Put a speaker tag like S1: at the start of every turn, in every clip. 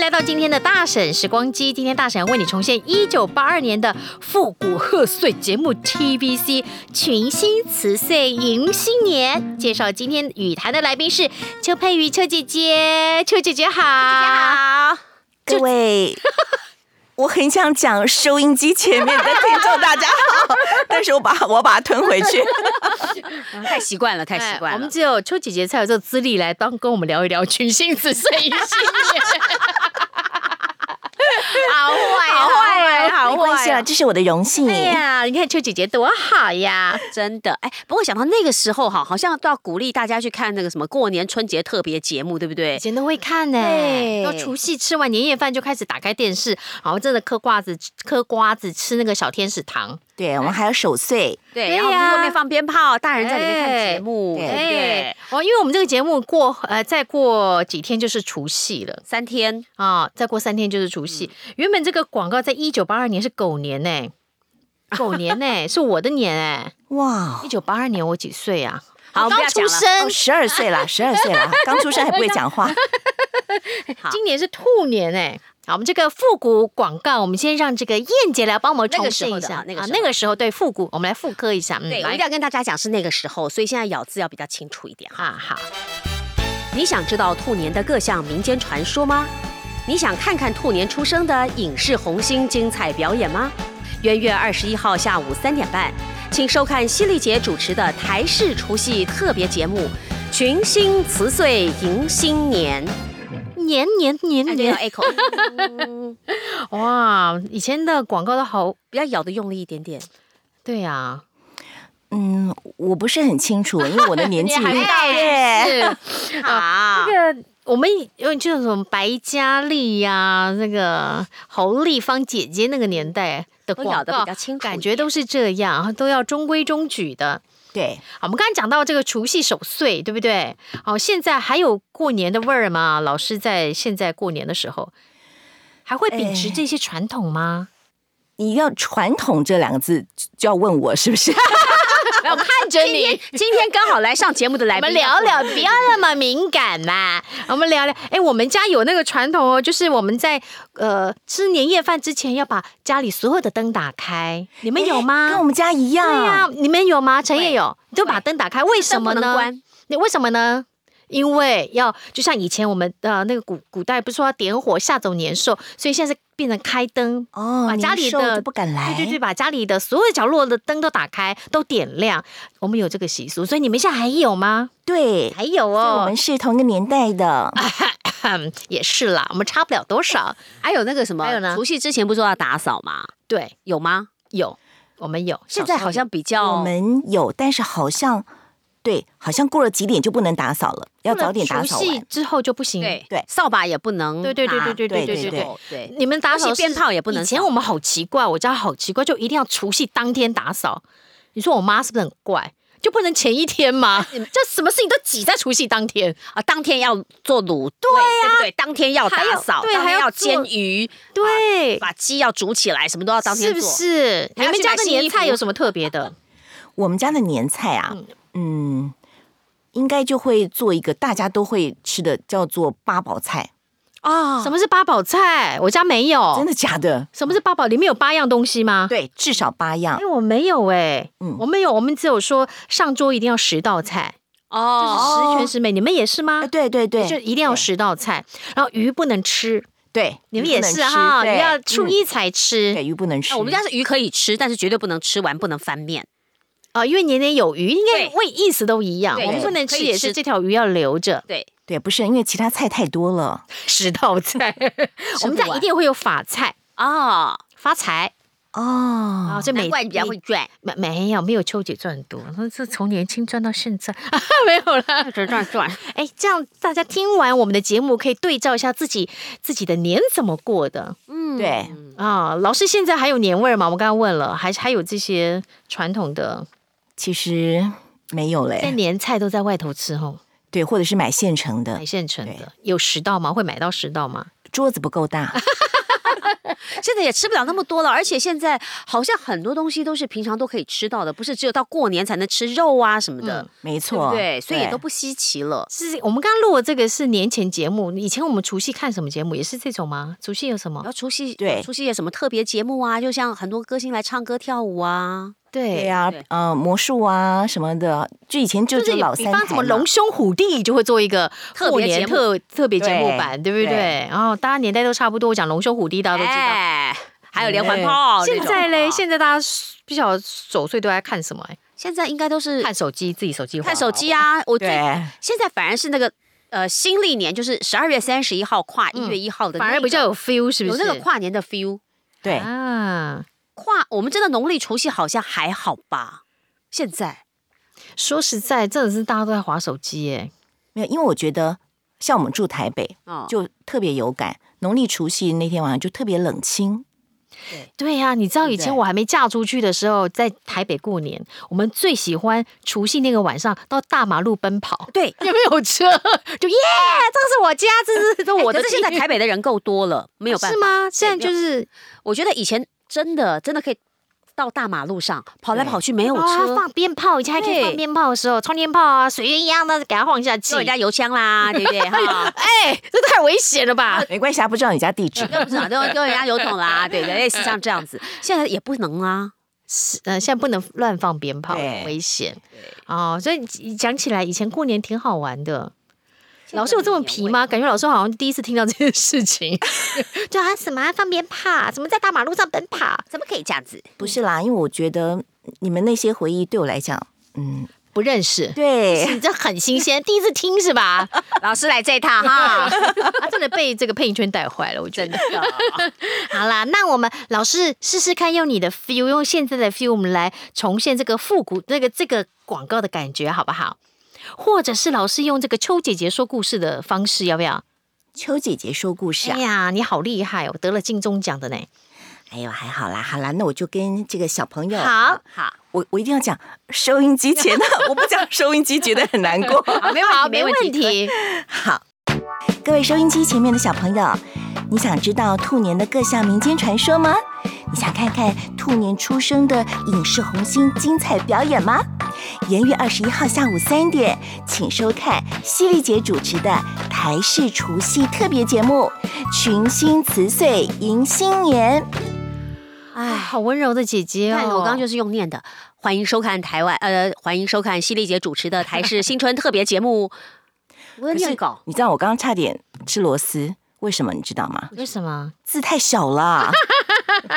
S1: 来到今天的大婶时光机，今天大婶为你重现一九八二年的复古贺岁节目 TVC 群星辞岁迎新年。介绍今天语坛的来宾是邱佩瑜邱姐姐，邱姐姐好，哎
S2: 好，各位， 我很想讲收音机前面的听众大家好，但是我把我把它吞回 去。
S3: 太习惯了，太
S1: 哎
S3: 习惯
S1: 我们
S3: 了。
S1: 只有邱姐姐才有这个资历来帮跟我们聊一聊群星辞岁迎新 年。好坏，
S3: 好坏啊
S1: 哦
S3: 好
S2: 没关系
S3: 坏
S2: 啦，
S3: 哦
S2: 这是我的荣幸。
S1: 哎呀，你看邱姐姐多好呀！
S3: 真的，哎，不过想到那个时候哈，好像都要鼓励大家去看那个什么过年春节特别节目，对不对
S1: 以？前都会看呢、
S3: 对
S1: 到除夕吃完年夜饭就开始打开电视，然后真的嗑瓜子，嗑瓜子吃那个小天使糖。
S2: 对，我们还有守岁，
S1: 对
S3: 对，然后
S1: 呀
S3: 外面放鞭炮，大人在里面看
S1: 哎
S3: 节目，对
S2: 对
S3: 不对？，
S1: 哦，因为我们这个节目过呃，再过几天就是除夕了
S3: 三天，
S1: 啊，再过三天就是除夕。
S3: 嗯
S1: 原本这个广告在一九八二年是狗年呢、狗年呢、 是我的年哎、
S2: 哇哦
S1: 一，九八二年我几岁啊？
S3: 好
S1: 我
S3: 不
S1: 刚
S3: 要讲
S1: 出
S3: 了哦
S1: 生，
S2: 十二 岁啦，十二岁啦，刚出生还不会讲话。
S3: 好
S1: 今年是兔年哎、好，我们这个复古广告，我们先让这个燕姐来帮我们
S3: 那
S1: 重
S3: 个
S1: 现
S3: 时候
S1: 一
S3: 的
S1: 下
S3: 啊那个
S1: 啊
S3: 时候
S1: 那个时候对复古，我们来复刻一下。嗯
S3: 对，我
S1: 来
S3: 一定要跟大家讲是那个时候，所以现在咬字要比较清楚一点哈。
S1: 啊，好，
S3: 哎你想知道兔年的各项民间传说吗？你想看看兔年出生的影视红星精彩表演吗？元月二十一号下午三点半，请收看犀利姐主持的台视除夕特别节目《群星辞岁迎新年》。
S1: 年年年
S3: 哎，对，要
S1: 年，
S3: echo，嗯
S1: 哇，以前的广告都好，
S3: 不要咬的用力一点点。
S1: 对啊呀、
S2: 嗯，我不是很清楚，因为我的年纪
S1: 你还
S3: 大哎
S2: 耶
S1: 是
S3: 好，
S1: 那个。我们有就什么白嘉莉呀、那个侯丽芳姐姐那个年代的
S3: 都
S1: 广
S3: 咬得
S1: 告
S3: 比较清，楚一
S1: 感觉都是这样，都要中规中矩的。
S2: 对，
S1: 好我们刚才讲到这个除夕守岁，对不对？哦，现在还有过年的味儿吗？老师在现在过年的时候，还会秉持
S2: 哎
S1: 这些传统吗？
S2: 你要传统这两个字就要问我是不是？
S1: 啊我看着
S3: 今天，今天刚好来上节目的来
S1: 我
S3: 宾，
S1: 们聊聊，不要那么敏感啦。我们聊聊，哎，我们家有那个传统哦，就是我们在呃吃年夜饭之前要把家里所有的灯打开，你们有
S2: 跟我
S1: 吗？
S2: 们家一样。
S1: 对呀、你们有吗？陈也
S3: 会
S1: 有，你就把
S3: 会
S1: 灯打开，为什
S3: 灯
S1: 么
S3: 不
S1: 呢
S3: 能？关？
S1: 那为什么呢？因为要就像以前我们呃那个古古代不是说要点火吓走年兽，所以现在是变成开灯，
S2: 哦，
S1: 把家
S2: 年
S1: 里
S2: 兽
S1: 的
S2: 就不敢来。
S1: 对对对，把家里的所有角落的灯都打开，都点亮。我们有这个习俗，所以你们现在还有吗？
S2: 对
S1: 还有
S2: 所以我
S1: 哦
S2: 们，是同一个年代的。
S1: 也是啦，我们差不了多少。
S3: 还有那个什么，
S1: 还有呢
S3: 除夕之前不是说要打扫吗？
S1: 对，
S3: 有吗？
S1: 有，我们有。
S3: 现
S1: 小
S3: 在
S1: 时候
S3: 好
S1: 有
S3: 像比较
S1: 哦
S2: 我们有，但是好像对，好像过了几点就不能打扫了，要早点打扫
S1: 除夕
S2: 完。
S1: 之后就不行。
S3: 对
S2: 对啊
S3: 扫把也不能拿，
S1: 对对对对对对
S2: 对
S1: 对
S2: 对
S1: 对
S2: 对。
S3: 对，
S1: 你们打
S3: 而
S1: 扫
S3: 且鞭
S1: 是
S3: 炮也不能
S1: 以前
S3: 扫
S1: 我们好奇怪，我家好奇怪，就一定要除夕当天打扫。你说我妈是不是很怪？就不能前一天吗？这什么事情都挤在除夕当天，
S3: 啊，当天要做卤对对不对？当天要
S1: 还
S3: 打
S1: 有
S3: 扫，
S1: 对
S3: 当
S1: 还
S3: 天
S1: 要
S3: 要
S1: 做
S3: 煎鱼，
S1: 对，
S3: 把鸡要煮起来，什么都要当天
S1: 是
S3: 做。
S1: 不是？你
S3: 还要
S1: 们
S3: 去
S1: 家
S3: 买
S1: 的
S3: 新衣
S1: 年菜
S3: 服
S1: 有什么特别 的？
S2: 我们家的年菜啊，嗯，应该就会做一个大家都会吃的，叫做八宝菜。
S3: 啊
S1: 什？么是八宝菜？我家没
S2: 真
S1: 有。
S2: 的 假的？
S1: 什么是八宝？里面有八样东西吗？
S2: 对，至少八样
S1: 哎，。我没有哎，
S2: 嗯
S1: 我没有，我们只有说上桌一定要十道菜，就是
S3: 哦
S1: 十全十美。你们也是吗
S3: 哎
S2: 啊，？对对对，
S1: 就一定要十道菜，然后鱼不能吃，
S2: 对，
S1: 你们
S2: 鱼不
S1: 也
S2: 能
S1: 是
S2: 吃
S1: 哈，
S2: 对
S1: 你要初
S2: 嗯
S1: 一才吃。
S2: 对鱼不能吃。
S3: 啊我们家是鱼可以吃，但是绝对不能吃完，不能翻面。
S1: 哦，因为年年有余，应该
S3: 对
S1: 味意思都一样。
S3: 对
S1: 我们
S2: 对
S1: 不能
S3: 可
S1: 吃
S3: 以
S1: 也是
S3: 吃
S1: 这条鱼要留 着
S3: 对，
S2: 对不是因为其他菜太多了。
S1: 十道 菜。 我们
S3: 吃
S1: 家一
S3: 不完
S1: 定会有法菜
S3: 哦，
S1: 发财啊，
S2: 哦，
S1: 这每
S3: 难怪你比较会 赚，
S1: 每没没有没有秋姐赚得多，那这从年轻赚到现在没有啦。
S3: 赚赚 赚。
S1: 哎，这样大家听完我们的节目，可以对照一下自己自己的年怎么过的
S3: 嗯，
S2: 对
S1: 啊。老师现在还有年味儿吗？我刚刚问了，还还有这些传统的，
S2: 其实没有
S1: 现在
S2: 嘞。
S1: 年菜都在外头吃吼，
S2: 对，或者是买现成的
S1: 买，现成的，有十道吗？会买到十道吗？
S2: 桌子不够大。
S3: 现在也吃不了那么多了，而且现在好像很多东西都是平常都可以吃到的，不是只有到过年才能吃肉啊什么
S1: 嗯
S3: 的，
S2: 没
S3: 对不
S2: 错，
S3: 对？所以也都不稀奇了。
S1: 是我们刚刚录的这个是年前节目，以前我们除夕看什么节目也是这种吗？除夕有什
S3: 然
S1: 么？
S3: 后除夕呃
S2: 对
S3: 除夕有什么特别节目啊？就像很多歌星来唱歌跳舞啊，
S2: 对
S1: 对
S2: 呀、
S3: 对
S2: 呃，魔术啊什么的，就以前就
S1: 就是
S2: 就老
S1: 比
S2: 三
S1: 方什
S2: 台
S1: 么
S2: 嘛
S1: 龙兄虎弟就会做一个
S3: 特别
S1: 过年
S3: 节目
S1: 特特别节目
S2: 对
S1: 版，对不对
S2: 对？
S1: 然后大家年代都差不多，我讲龙兄虎弟大家都知道。
S3: 哎，还有连环炮。啊
S1: 现在嘞，
S3: 现
S1: 现在大家比较守岁都在看什么？哎
S3: 现在应该都是
S1: 看手机，自己手机滑，
S3: 看手机啊。我最
S2: 对
S3: 现在反而是那个呃新历年，就是十二月三十一号跨一月一号的那
S1: 滑，
S3: 个，
S1: 嗯反而比较有 feel，是不
S3: 有
S1: 是？
S3: 那个跨年的 feel。
S2: 对、
S1: 啊，
S3: 跨我们真的农历除夕好像还好吧？现在
S1: 说实在，真的是大家都在滑手机耶。
S2: 没有，因为我觉得像我们住台北，
S3: 哦，
S2: 就特别有感。农历除夕那天晚上就特别冷清，
S1: 对呀、你知道以前
S2: 对
S1: 我还没嫁出去的时候，在台北过年，我们最喜欢除夕那个晚上到大马路奔跑，
S3: 对。
S1: 也没有车，就耶，这是我家，这是这哎是我
S3: 我
S1: 的
S3: 的
S1: 地。
S3: 哎现在台北的人够多了，没有办法。
S1: 是吗？现在就是
S3: 我觉得以前真的真的可以到大马路上跑来跑去，没有
S1: 哦，
S3: 车，
S1: 放鞭炮，以前还可以
S3: 对
S1: 放鞭炮的时候，冲天炮啊，随便一样的给它晃下去
S3: 送。人家油枪 啦，对不对？哈，
S1: 哎，这太危险了吧？
S2: 啊没关系，他不知道你家地 址。
S3: 又不是啊丢丢人家油桶啦，对不对？类似像这样子，现在也不能啊。
S1: 是，呃，现在不能乱放鞭炮，
S2: 对
S1: 危险。哦，所以讲起来，以前过年挺好玩的。老师有这么皮吗？感觉老师好像第一次听到这件事 情。就啊，什么啊放鞭炮啊，什么在大马路上奔跑，啊
S3: 怎么可以这样子？
S2: 不是啦，因为我觉得你们那些回忆对我来讲，嗯，
S1: 不认识，
S2: 对，
S1: 你这很新鲜，第一次听是吧？
S3: 老师来这一趟哈，
S1: 啊，真的被这个配音圈带坏了，我觉
S3: 真
S1: 得
S3: 的。。
S1: 好啦，那我们老师试试看，用你的 feel，用现在的 feel，我们来重现这个复古这个这个广告的感觉，好不好？或者是老师用这个邱姐姐说故事的方式，要不要？
S2: 邱姐姐说故事啊
S1: 哎，呀，你好厉害哦，得了金钟奖的呢。
S2: 哎呦，还好啦，好啦，那我就跟这个小朋友，
S1: 好，
S3: 好，
S2: 我我一定要讲收音机前的， 我不讲收音机觉得很难过。
S3: 好，没
S1: 好，
S3: 问题，
S1: 没
S3: 问
S1: 问
S3: 题。
S1: 题。
S2: 好，各位收音机前面的小朋友，你想知道兔年的各项民间传说吗？你想看看兔年出生的影视红星精彩表演吗？元月二十一号下午三点，请收看犀利姐主持的台式除夕特别节目《群星辞岁迎新年》。
S1: 哎，好温柔的姐姐哦。
S3: 看，我刚刚就是用念的。欢迎收看台湾，呃，欢迎收看犀利姐主持的台视新春特别节目。我在念稿，
S2: 你知道我刚刚差点吃螺丝，为什么你知道吗？
S1: 为什么？
S2: 字太小了。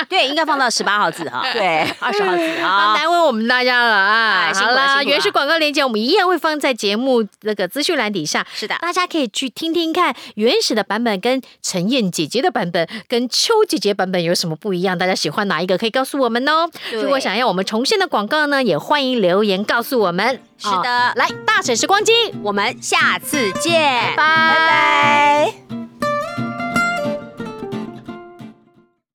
S3: 对，应该放到十八号字哈，
S2: 对，
S3: 二十号字
S1: 啊，
S3: 啊。
S1: 难为我们大家了啊！
S3: 哎辛苦
S1: 好
S3: 了辛
S1: 啦，
S3: 苦了
S1: 原始广告链接我们一样会放在节目那个资讯栏底下，
S3: 是的，
S1: 大家可以去听听看原始的版本跟陈燕姐姐的版本跟邱姐姐版本有什么不一样，大家喜欢哪一个可以告诉我们哦。
S3: 对
S1: 如果想要我们重现的广告呢，也欢迎留言告诉我们。
S3: 是
S1: 哦
S3: 的
S1: 来大婶时光机，
S3: 我们下次见，
S1: 拜拜。